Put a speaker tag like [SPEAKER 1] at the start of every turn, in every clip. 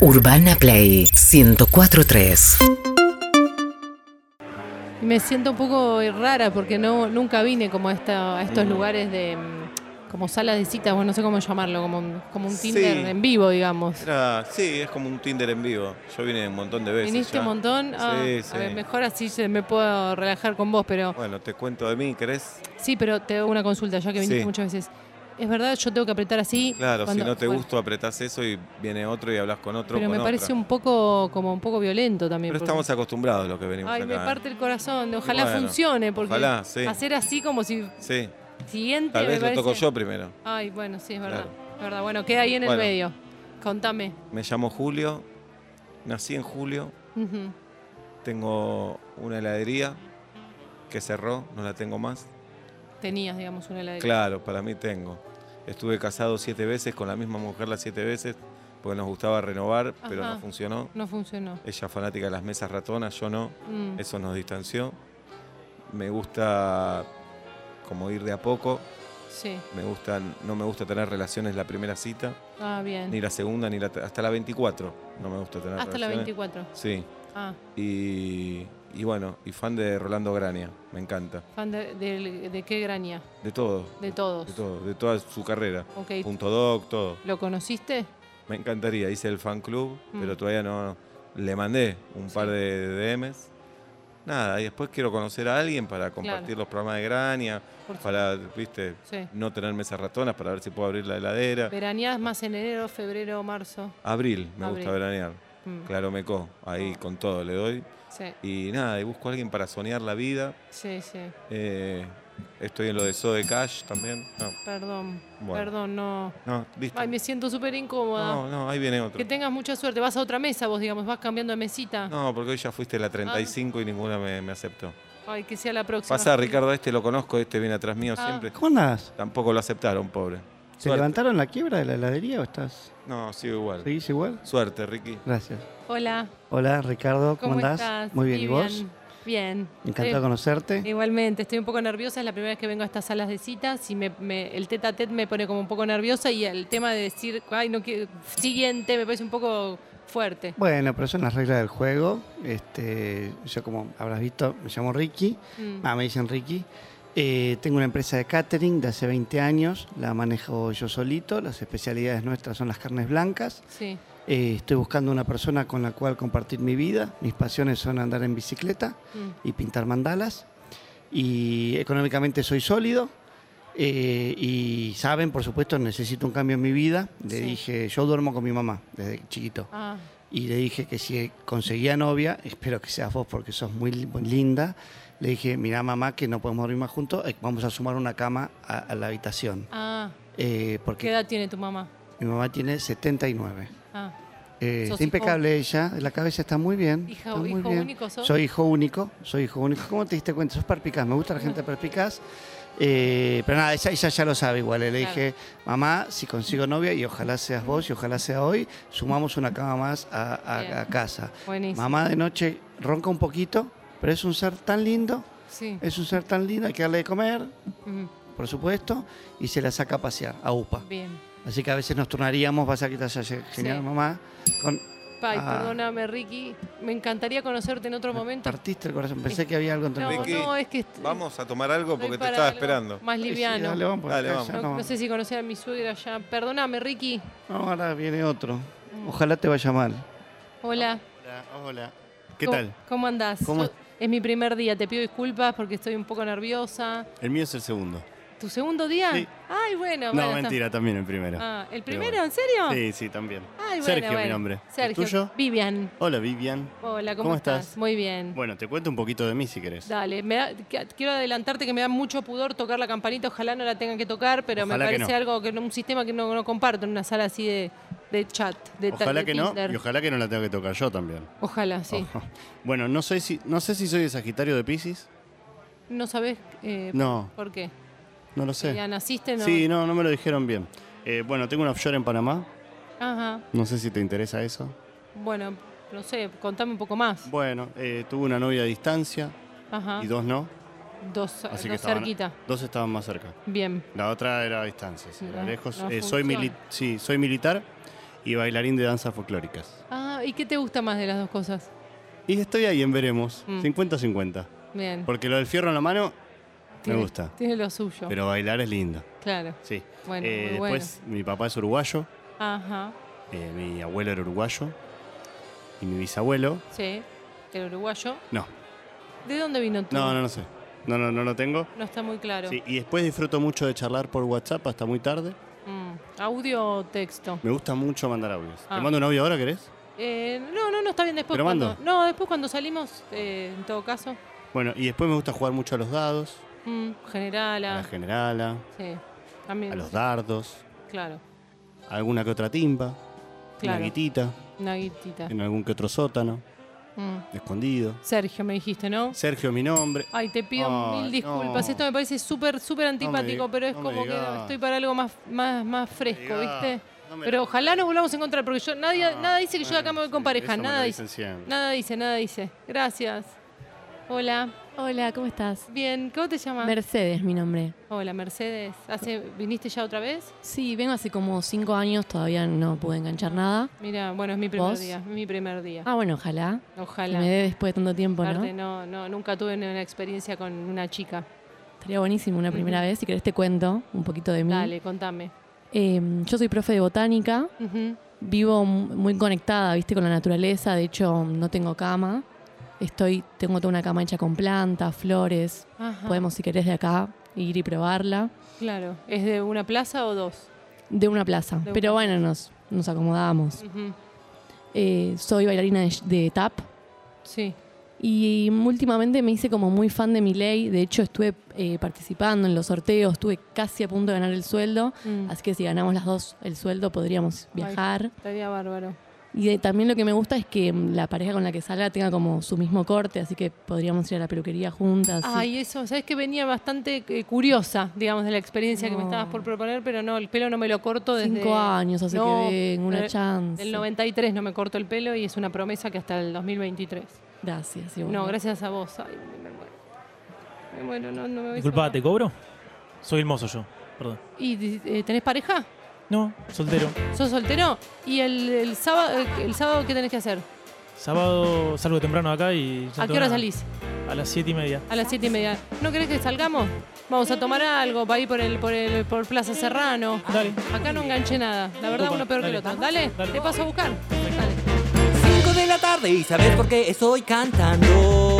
[SPEAKER 1] Urbana Play 1043.
[SPEAKER 2] Y Me siento un poco rara porque no, nunca vine como a, esta, a estos lugares de mm, como salas de citas, bueno, no sé cómo llamarlo, como un, como un
[SPEAKER 3] Sí.
[SPEAKER 2] Tinder en vivo, digamos.
[SPEAKER 3] Era- sí, es como un Tinder en vivo. Yo vine un montón de veces.
[SPEAKER 2] Viniste
[SPEAKER 3] ya.
[SPEAKER 2] un montón, Ah,
[SPEAKER 3] Sí, sí.
[SPEAKER 2] a ver, mejor así se- me puedo relajar con vos, pero
[SPEAKER 3] Bueno, te cuento de mí, ¿querés?
[SPEAKER 2] sí, pero te hago una consulta, ya que viniste
[SPEAKER 3] Sí.
[SPEAKER 2] muchas veces. Es verdad, yo tengo que apretar así.
[SPEAKER 3] Claro,
[SPEAKER 2] cuando-
[SPEAKER 3] si no te
[SPEAKER 2] bueno,
[SPEAKER 3] gusta, apretás eso y viene otro y hablas con otro.
[SPEAKER 2] Pero
[SPEAKER 3] con
[SPEAKER 2] me
[SPEAKER 3] otra.
[SPEAKER 2] parece un poco, como un poco violento también.
[SPEAKER 3] Pero
[SPEAKER 2] porque-
[SPEAKER 3] estamos acostumbrados a lo que venimos
[SPEAKER 2] Ay,
[SPEAKER 3] acá.
[SPEAKER 2] me
[SPEAKER 3] ¿eh?
[SPEAKER 2] parte el corazón. Ojalá
[SPEAKER 3] bueno,
[SPEAKER 2] funcione, porque
[SPEAKER 3] ojalá, sí.
[SPEAKER 2] hacer así como si
[SPEAKER 3] Sí,
[SPEAKER 2] siguiente.
[SPEAKER 3] tal
[SPEAKER 2] me
[SPEAKER 3] vez lo toco
[SPEAKER 2] parece-
[SPEAKER 3] yo primero.
[SPEAKER 2] Ay, bueno, sí, es verdad.
[SPEAKER 3] Claro.
[SPEAKER 2] Es verdad. Bueno, queda ahí en
[SPEAKER 3] Bueno.
[SPEAKER 2] el medio. Contame.
[SPEAKER 3] Me llamo Julio, nací en julio,
[SPEAKER 2] Ujú.
[SPEAKER 3] tengo una heladería que cerró, no la tengo más.
[SPEAKER 2] Tenías, digamos, una heladería.
[SPEAKER 3] Claro, para mí tengo. Estuve casado siete veces con la misma mujer las siete veces porque nos gustaba renovar, pero
[SPEAKER 2] Ajá.
[SPEAKER 3] no funcionó.
[SPEAKER 2] No funcionó.
[SPEAKER 3] Ella fanática de las mesas ratonas, yo no.
[SPEAKER 2] Mm.
[SPEAKER 3] Eso nos distanció. Me gusta como ir de a poco.
[SPEAKER 2] Sí.
[SPEAKER 3] Me gusta, no me gusta tener relaciones la primera cita,
[SPEAKER 2] Ah,
[SPEAKER 3] ni
[SPEAKER 2] bien.
[SPEAKER 3] la segunda, ni la ter- hasta la 24. No me gusta tener
[SPEAKER 2] Hasta la
[SPEAKER 3] relaciones.
[SPEAKER 2] 24.
[SPEAKER 3] Sí.
[SPEAKER 2] Ah,
[SPEAKER 3] Y, y bueno, y fan de Rolando Grania, me encanta.
[SPEAKER 2] fan de, del- de qué graña.
[SPEAKER 3] De todo,
[SPEAKER 2] De todos.
[SPEAKER 3] de todo, de toda su carrera.
[SPEAKER 2] Ok.
[SPEAKER 3] Punto doc, todo.
[SPEAKER 2] ¿Lo conociste?
[SPEAKER 3] Me encantaría, hice el fan club,
[SPEAKER 2] Mm.
[SPEAKER 3] pero todavía no. Le mandé un par
[SPEAKER 2] Sí.
[SPEAKER 3] de DMs. Nada, y después quiero conocer a alguien para compartir los programas de Grania,
[SPEAKER 2] Por su-
[SPEAKER 3] para, viste,
[SPEAKER 2] Sí.
[SPEAKER 3] no tener mesas ratonas, para ver si puedo abrir la heladera.
[SPEAKER 2] Veraneás más en enero, febrero, marzo.
[SPEAKER 3] Abril, me
[SPEAKER 2] Abril.
[SPEAKER 3] gusta veranear.
[SPEAKER 2] Mm.
[SPEAKER 3] Claro, me co, ahí
[SPEAKER 2] Ah.
[SPEAKER 3] con todo le doy.
[SPEAKER 2] Sí,
[SPEAKER 3] Y nada, y busco a alguien para soñar la vida.
[SPEAKER 2] sí, sí.
[SPEAKER 3] Eh, estoy en lo de Zoe Cash también. No,
[SPEAKER 2] Perdón.
[SPEAKER 3] Bueno.
[SPEAKER 2] Perdón, no.
[SPEAKER 3] no, listo.
[SPEAKER 2] Ay, me siento súper incómoda.
[SPEAKER 3] no, no, ahí viene otro.
[SPEAKER 2] Que tengas mucha suerte. Vas a otra mesa vos, digamos. Vas cambiando de mesita.
[SPEAKER 3] No, porque hoy ya fuiste
[SPEAKER 2] Ah.
[SPEAKER 3] la 35 y ninguna me- me aceptó.
[SPEAKER 2] Ay, que sea la próxima.
[SPEAKER 3] Pasa Ricardo, a este lo conozco, este viene atrás mío
[SPEAKER 2] Ah.
[SPEAKER 3] siempre.
[SPEAKER 4] ¿Cómo andás?
[SPEAKER 3] Tampoco lo aceptaron, pobre.
[SPEAKER 4] ¿Se
[SPEAKER 3] Suerte.
[SPEAKER 4] levantaron la quiebra de la heladería o estás?
[SPEAKER 3] No, sigo igual.
[SPEAKER 4] ¿Seguís igual?
[SPEAKER 3] Suerte, Ricky.
[SPEAKER 4] Gracias.
[SPEAKER 2] Hola.
[SPEAKER 4] Hola, Ricardo, ¿cómo, andás? Muy bien, ¿y vos?
[SPEAKER 2] Bien.
[SPEAKER 4] Encantado de
[SPEAKER 2] Estoy-
[SPEAKER 4] conocerte.
[SPEAKER 2] Igualmente, estoy un poco nerviosa, es la primera vez que vengo a estas salas de citas y me, me- el tete a tete me pone como un poco nerviosa y el tema de decir, ay, no quiero, siguiente, me parece un poco fuerte.
[SPEAKER 4] Bueno, pero son las reglas del juego. Este, yo, como habrás visto, me llamo Ricky.
[SPEAKER 2] Mm.
[SPEAKER 4] Ah, me dicen Ricky. Eh, tengo una empresa de catering de hace 20 años. La manejo yo solito. Las especialidades nuestras son las carnes blancas.
[SPEAKER 2] Sí,
[SPEAKER 4] Eh, estoy buscando una persona con la cual compartir mi vida. Mis pasiones son andar en bicicleta
[SPEAKER 2] Mm.
[SPEAKER 4] y pintar mandalas. Y económicamente soy sólido. Eh, y saben, por supuesto, necesito un cambio en mi vida. Le
[SPEAKER 2] Sí.
[SPEAKER 4] dije, yo duermo con mi mamá desde chiquito.
[SPEAKER 2] ah,
[SPEAKER 4] Y le dije que si conseguía novia, espero que seas vos porque sos muy, li- muy linda. Le dije, mira mamá, que no podemos dormir más juntos, eh, vamos a sumar una cama a, a la habitación.
[SPEAKER 2] ah.
[SPEAKER 4] Eh, porque
[SPEAKER 2] ¿Qué edad tiene tu mamá?
[SPEAKER 4] mi mamá tiene 79.
[SPEAKER 2] Ah,
[SPEAKER 4] Eh,
[SPEAKER 2] ¿Sos
[SPEAKER 4] está
[SPEAKER 2] hijo?
[SPEAKER 4] impecable ella, la cabeza está muy bien.
[SPEAKER 2] Hija-
[SPEAKER 4] está muy
[SPEAKER 2] hijo
[SPEAKER 4] bien.
[SPEAKER 2] único sos?
[SPEAKER 4] Soy hijo único, soy hijo único. ¿Cómo te diste cuenta? Sos perpicaz, me gusta la gente perpicaz. Eh, pero nada, ella, ella ya lo sabe igual. eh. Le
[SPEAKER 2] Claro.
[SPEAKER 4] dije, mamá, si consigo novia, y ojalá seas vos, y ojalá sea hoy, sumamos una cama más a, a-
[SPEAKER 2] Bien.
[SPEAKER 4] a casa.
[SPEAKER 2] buenísimo.
[SPEAKER 4] Mamá de noche ronca un poquito, pero es un ser tan lindo,
[SPEAKER 2] Sí.
[SPEAKER 4] es un ser tan lindo, hay que darle de comer,
[SPEAKER 2] Mm,
[SPEAKER 4] por supuesto, y se la saca a pasear, a UPA.
[SPEAKER 2] Bien.
[SPEAKER 4] Así que a veces nos turnaríamos, vas a que te haya genial,
[SPEAKER 2] Sí.
[SPEAKER 4] mamá. Con,
[SPEAKER 2] Pai,
[SPEAKER 4] Ah.
[SPEAKER 2] perdóname, Ricky. Me encantaría conocerte en otro
[SPEAKER 4] Me
[SPEAKER 2] momento.
[SPEAKER 4] Partiste el corazón, pensé que había algo en tu
[SPEAKER 2] No,
[SPEAKER 4] medio.
[SPEAKER 3] Ricky,
[SPEAKER 2] no, es que. est-
[SPEAKER 3] Vamos a tomar algo
[SPEAKER 2] estoy
[SPEAKER 3] porque te
[SPEAKER 2] para
[SPEAKER 3] estaba
[SPEAKER 2] algo
[SPEAKER 3] esperando.
[SPEAKER 2] Más
[SPEAKER 4] Sí, sí,
[SPEAKER 2] liviano.
[SPEAKER 4] dale, vamos, porque
[SPEAKER 3] Dale,
[SPEAKER 4] acá
[SPEAKER 3] vamos.
[SPEAKER 4] ya
[SPEAKER 2] No,
[SPEAKER 4] no-
[SPEAKER 2] no sé si conocer a mi suegra ya. Perdóname, Ricky.
[SPEAKER 4] no, ahora viene otro.
[SPEAKER 2] Mm.
[SPEAKER 4] Ojalá te vaya mal.
[SPEAKER 2] Hola.
[SPEAKER 5] Hola, hola. ¿Qué
[SPEAKER 2] ¿Cómo-
[SPEAKER 5] tal?
[SPEAKER 2] ¿Cómo andás?
[SPEAKER 5] ¿Cómo
[SPEAKER 2] Yo- es mi primer día, te pido disculpas porque estoy un poco nerviosa.
[SPEAKER 5] El mío es el segundo.
[SPEAKER 2] ¿Tu segundo día?
[SPEAKER 5] Sí.
[SPEAKER 2] Ay, bueno.
[SPEAKER 5] No,
[SPEAKER 2] bueno, está-
[SPEAKER 5] mentira, también el primero.
[SPEAKER 2] Ah, ¿El
[SPEAKER 5] Pero
[SPEAKER 2] primero?
[SPEAKER 5] bueno.
[SPEAKER 2] ¿En serio?
[SPEAKER 5] Sí, sí, también.
[SPEAKER 2] Ay, bueno,
[SPEAKER 5] Sergio, mi
[SPEAKER 2] bueno.
[SPEAKER 5] nombre. ¿El
[SPEAKER 2] Sergio.
[SPEAKER 5] tuyo?
[SPEAKER 2] Vivian.
[SPEAKER 5] Hola, Vivian.
[SPEAKER 2] Hola, ¿cómo,
[SPEAKER 5] ¿Cómo estás?
[SPEAKER 2] Muy bien.
[SPEAKER 5] Bueno, te cuento un poquito de mí si querés.
[SPEAKER 2] Dale, me da- que- quiero adelantarte que me da mucho pudor tocar la campanita, ojalá no la tengan que tocar, pero me
[SPEAKER 5] Ojalá que
[SPEAKER 2] parece
[SPEAKER 5] no.
[SPEAKER 2] algo que no- un sistema que no, no comparto en una sala así de, de chat, de ta-
[SPEAKER 5] Ojalá
[SPEAKER 2] de
[SPEAKER 5] que no,
[SPEAKER 2] Tinder.
[SPEAKER 5] y ojalá que no la tenga que tocar yo también.
[SPEAKER 2] Ojalá, sí.
[SPEAKER 5] Ojo. Bueno, no sé si, no sé si soy de Sagitario o de Pisces.
[SPEAKER 2] ¿No sabés eh,
[SPEAKER 5] No,
[SPEAKER 2] por qué?
[SPEAKER 5] no lo sé.
[SPEAKER 2] ¿Ya naciste? No?
[SPEAKER 5] Sí, no, no me lo dijeron bien. Eh, bueno, tengo un offshore en Panamá.
[SPEAKER 2] Ajá.
[SPEAKER 5] No sé si te interesa eso.
[SPEAKER 2] Bueno, no sé, contame un poco más.
[SPEAKER 5] Bueno, eh, tuve una novia a distancia
[SPEAKER 2] Ajá.
[SPEAKER 5] y dos no.
[SPEAKER 2] Ah. Dos,
[SPEAKER 5] Así que
[SPEAKER 2] dos
[SPEAKER 5] estaban-
[SPEAKER 2] cerquita.
[SPEAKER 5] Dos estaban más cerca.
[SPEAKER 2] Bien.
[SPEAKER 5] La otra era a distancia, sí,
[SPEAKER 2] No,
[SPEAKER 5] era lejos.
[SPEAKER 2] no
[SPEAKER 5] Eh, soy, mili-
[SPEAKER 2] funciona.
[SPEAKER 5] sí, soy militar y bailarín de danzas folclóricas.
[SPEAKER 2] Ah, ¿y qué te gusta más de las dos cosas?
[SPEAKER 5] Y estoy ahí en veremos,
[SPEAKER 2] Mm.
[SPEAKER 5] 50-50.
[SPEAKER 2] Bien.
[SPEAKER 5] Porque lo del fierro en la mano me
[SPEAKER 2] Tiene-
[SPEAKER 5] gusta,
[SPEAKER 2] Tiene lo suyo.
[SPEAKER 5] pero bailar es lindo.
[SPEAKER 2] claro.
[SPEAKER 5] Sí.
[SPEAKER 2] Bueno,
[SPEAKER 5] Eh,
[SPEAKER 2] muy bueno.
[SPEAKER 5] después, mi papá es uruguayo,
[SPEAKER 2] Ajá.
[SPEAKER 5] eh, mi abuelo era uruguayo y mi bisabuelo.
[SPEAKER 2] Sí. El uruguayo.
[SPEAKER 5] No,
[SPEAKER 2] ¿De dónde vino tú?
[SPEAKER 5] no, no, no sé. No, no, no lo tengo.
[SPEAKER 2] No está muy claro.
[SPEAKER 5] Sí, y después disfruto mucho de charlar por WhatsApp hasta muy tarde.
[SPEAKER 2] Mm, ¿Audio o texto?
[SPEAKER 5] Me gusta mucho mandar audios.
[SPEAKER 2] Ah.
[SPEAKER 5] ¿Te mando un audio ahora, querés?
[SPEAKER 2] Eh, no, no, no está bien después.
[SPEAKER 5] ¿Pero
[SPEAKER 2] cuando,
[SPEAKER 5] mando?
[SPEAKER 2] No, después cuando salimos, eh, en todo caso.
[SPEAKER 5] Bueno, y después me gusta jugar mucho a los dados,
[SPEAKER 2] Mm, general,
[SPEAKER 5] a
[SPEAKER 2] a,
[SPEAKER 5] la generala,
[SPEAKER 2] sí, también,
[SPEAKER 5] a los dardos,
[SPEAKER 2] claro,
[SPEAKER 5] a alguna que otra timba,
[SPEAKER 2] Claro.
[SPEAKER 5] una guitita,
[SPEAKER 2] una guitita.
[SPEAKER 5] en algún que otro sótano,
[SPEAKER 2] Mm.
[SPEAKER 5] escondido.
[SPEAKER 2] Sergio, me dijiste, ¿no?
[SPEAKER 5] Sergio, mi nombre.
[SPEAKER 2] Ay, te pido
[SPEAKER 5] Ay,
[SPEAKER 2] mil disculpas.
[SPEAKER 5] no.
[SPEAKER 2] Esto me parece súper, súper antipático,
[SPEAKER 5] diga-
[SPEAKER 2] pero es
[SPEAKER 5] no me
[SPEAKER 2] como que
[SPEAKER 5] digas.
[SPEAKER 2] estoy para algo más, más, más fresco,
[SPEAKER 5] digas,
[SPEAKER 2] ¿viste?
[SPEAKER 5] no me-
[SPEAKER 2] pero ojalá nos volvamos a encontrar, porque yo nadie,
[SPEAKER 5] Ah,
[SPEAKER 2] nada dice que yo de
[SPEAKER 5] bueno,
[SPEAKER 2] acá me voy con
[SPEAKER 5] sí,
[SPEAKER 2] pareja.
[SPEAKER 5] eso me
[SPEAKER 2] Nada
[SPEAKER 5] lo
[SPEAKER 2] dice,
[SPEAKER 5] dicen siempre.
[SPEAKER 2] nada dice, nada dice. Gracias. Hola.
[SPEAKER 6] Hola, ¿cómo estás?
[SPEAKER 2] Bien, ¿cómo te llamas?
[SPEAKER 6] Mercedes, mi nombre.
[SPEAKER 2] Hola, Mercedes. Hace, ¿Viniste ya otra vez?
[SPEAKER 6] Sí, vengo hace como cinco años, todavía no pude enganchar nada.
[SPEAKER 2] Mira, bueno, es mi primer
[SPEAKER 6] ¿Vos?
[SPEAKER 2] día. Es mi primer día.
[SPEAKER 6] Ah, bueno, ojalá.
[SPEAKER 2] Ojalá.
[SPEAKER 6] Que me dé después de tanto tiempo, ¿no?
[SPEAKER 2] Aparte, no, no, nunca tuve una una experiencia con una chica.
[SPEAKER 6] Estaría buenísimo una primera
[SPEAKER 2] Ujú.
[SPEAKER 6] vez. Si querés te cuento un poquito de mí.
[SPEAKER 2] Dale, contame.
[SPEAKER 6] Eh, yo soy profe de botánica.
[SPEAKER 2] Ujú.
[SPEAKER 6] Vivo m- muy conectada, viste, con la naturaleza. De hecho, no tengo cama. Estoy, tengo toda una cama hecha con plantas, flores.
[SPEAKER 2] Ajá.
[SPEAKER 6] Podemos, si querés, de acá ir y probarla.
[SPEAKER 2] Claro. ¿Es de una plaza o dos?
[SPEAKER 6] De una plaza.
[SPEAKER 2] De una
[SPEAKER 6] Pero bueno, nos, nos acomodamos.
[SPEAKER 2] Ujú.
[SPEAKER 6] Eh, soy bailarina de, de tap.
[SPEAKER 2] Sí.
[SPEAKER 6] Y últimamente me hice como muy fan de mi ley. De hecho, estuve eh, participando en los sorteos, estuve casi a punto de ganar el sueldo.
[SPEAKER 2] Mm.
[SPEAKER 6] Así que si ganamos las dos el sueldo, podríamos viajar.
[SPEAKER 2] Estaría bárbaro.
[SPEAKER 6] Y eh, también lo que me gusta es que mm, la pareja con la que salga tenga como su mismo corte, así que podríamos ir a la peluquería juntas. sí.
[SPEAKER 2] Ay, eso, sabes que venía bastante eh, curiosa, digamos, de la experiencia que me
[SPEAKER 6] No.
[SPEAKER 2] estabas por proponer, pero no, el pelo no me lo corto desde.
[SPEAKER 6] Cinco años hace
[SPEAKER 2] No,
[SPEAKER 6] que vengo, una
[SPEAKER 2] eh,
[SPEAKER 6] chance.
[SPEAKER 2] Del 93 no me corto el pelo y es una promesa que hasta el 2023.
[SPEAKER 6] Gracias. y bueno.
[SPEAKER 2] No, gracias a vos. Ay, me muero. Me muero, no, no me voy
[SPEAKER 7] Disculpa,
[SPEAKER 2] sola.
[SPEAKER 7] ¿te cobro? Soy el mozo yo, perdón.
[SPEAKER 2] ¿Y eh, tenés pareja?
[SPEAKER 7] No, soltero.
[SPEAKER 2] ¿Sos soltero? ¿Y el, el sábado, el sábado qué tenés que hacer?
[SPEAKER 7] Sábado salgo temprano de acá y... ya
[SPEAKER 2] ¿A
[SPEAKER 7] tengo
[SPEAKER 2] qué hora
[SPEAKER 7] una-
[SPEAKER 2] salís?
[SPEAKER 7] A las siete y media.
[SPEAKER 2] A las siete y media. ¿No querés que salgamos? Vamos a tomar algo para ir por el, por el por Plaza Serrano.
[SPEAKER 7] Dale.
[SPEAKER 2] Acá no enganché nada. La verdad,
[SPEAKER 7] Opa,
[SPEAKER 2] uno peor que
[SPEAKER 7] dale.
[SPEAKER 2] el otro. Dale,
[SPEAKER 7] Dale.
[SPEAKER 2] te paso a buscar. Dale.
[SPEAKER 8] 5 de la tarde y saber por qué estoy cantando.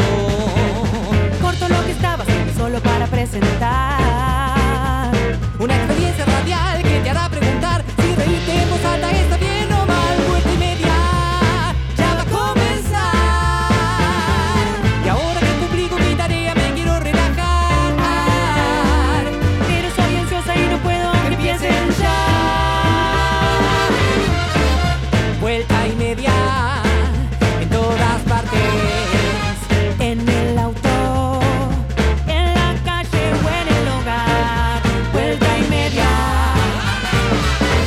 [SPEAKER 8] Corto lo que estaba haciendo solo para presentar. Una experiencia radial que te hará preguntar si reírte en voz alta está bien o mal. Vuelta y media ya va a comenzar. Y ahora que publico mi tarea me quiero relajar. Pero soy ansiosa y no puedo que empiecen ya vuelta y media en todas partes. En el auto, en la calle o en el hogar, vuelta y media.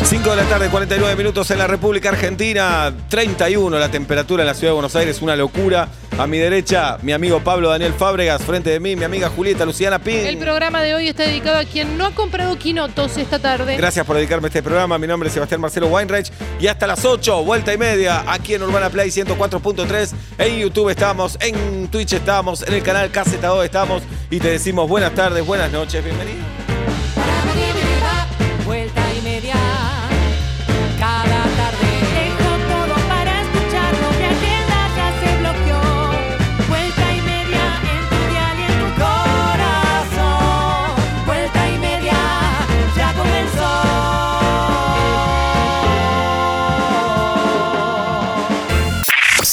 [SPEAKER 3] 5 de la tarde, 49 minutos en la República Argentina, 31 la temperatura en la ciudad de Buenos Aires, una locura. A mi derecha, mi amigo Pablo Daniel Fábregas, frente de mí, mi amiga Julieta Luciana Pin.
[SPEAKER 2] El programa de hoy está dedicado a quien no ha comprado quinotos esta tarde.
[SPEAKER 3] Gracias por dedicarme a este programa. Mi nombre es Sebastián Marcelo Weinreich y hasta las 8, vuelta y media, aquí en Urbana Play 104.3. En YouTube estamos, en Twitch estamos, en el canal Caseta 2 estamos y te decimos buenas tardes, buenas noches, bienvenido.
[SPEAKER 8] Vuelta y media cada tarde. Dejo todo para escucharlo. Mi agenda ya se bloqueó. Vuelta y media en tu dial y en tu corazón. Vuelta y media ya comenzó.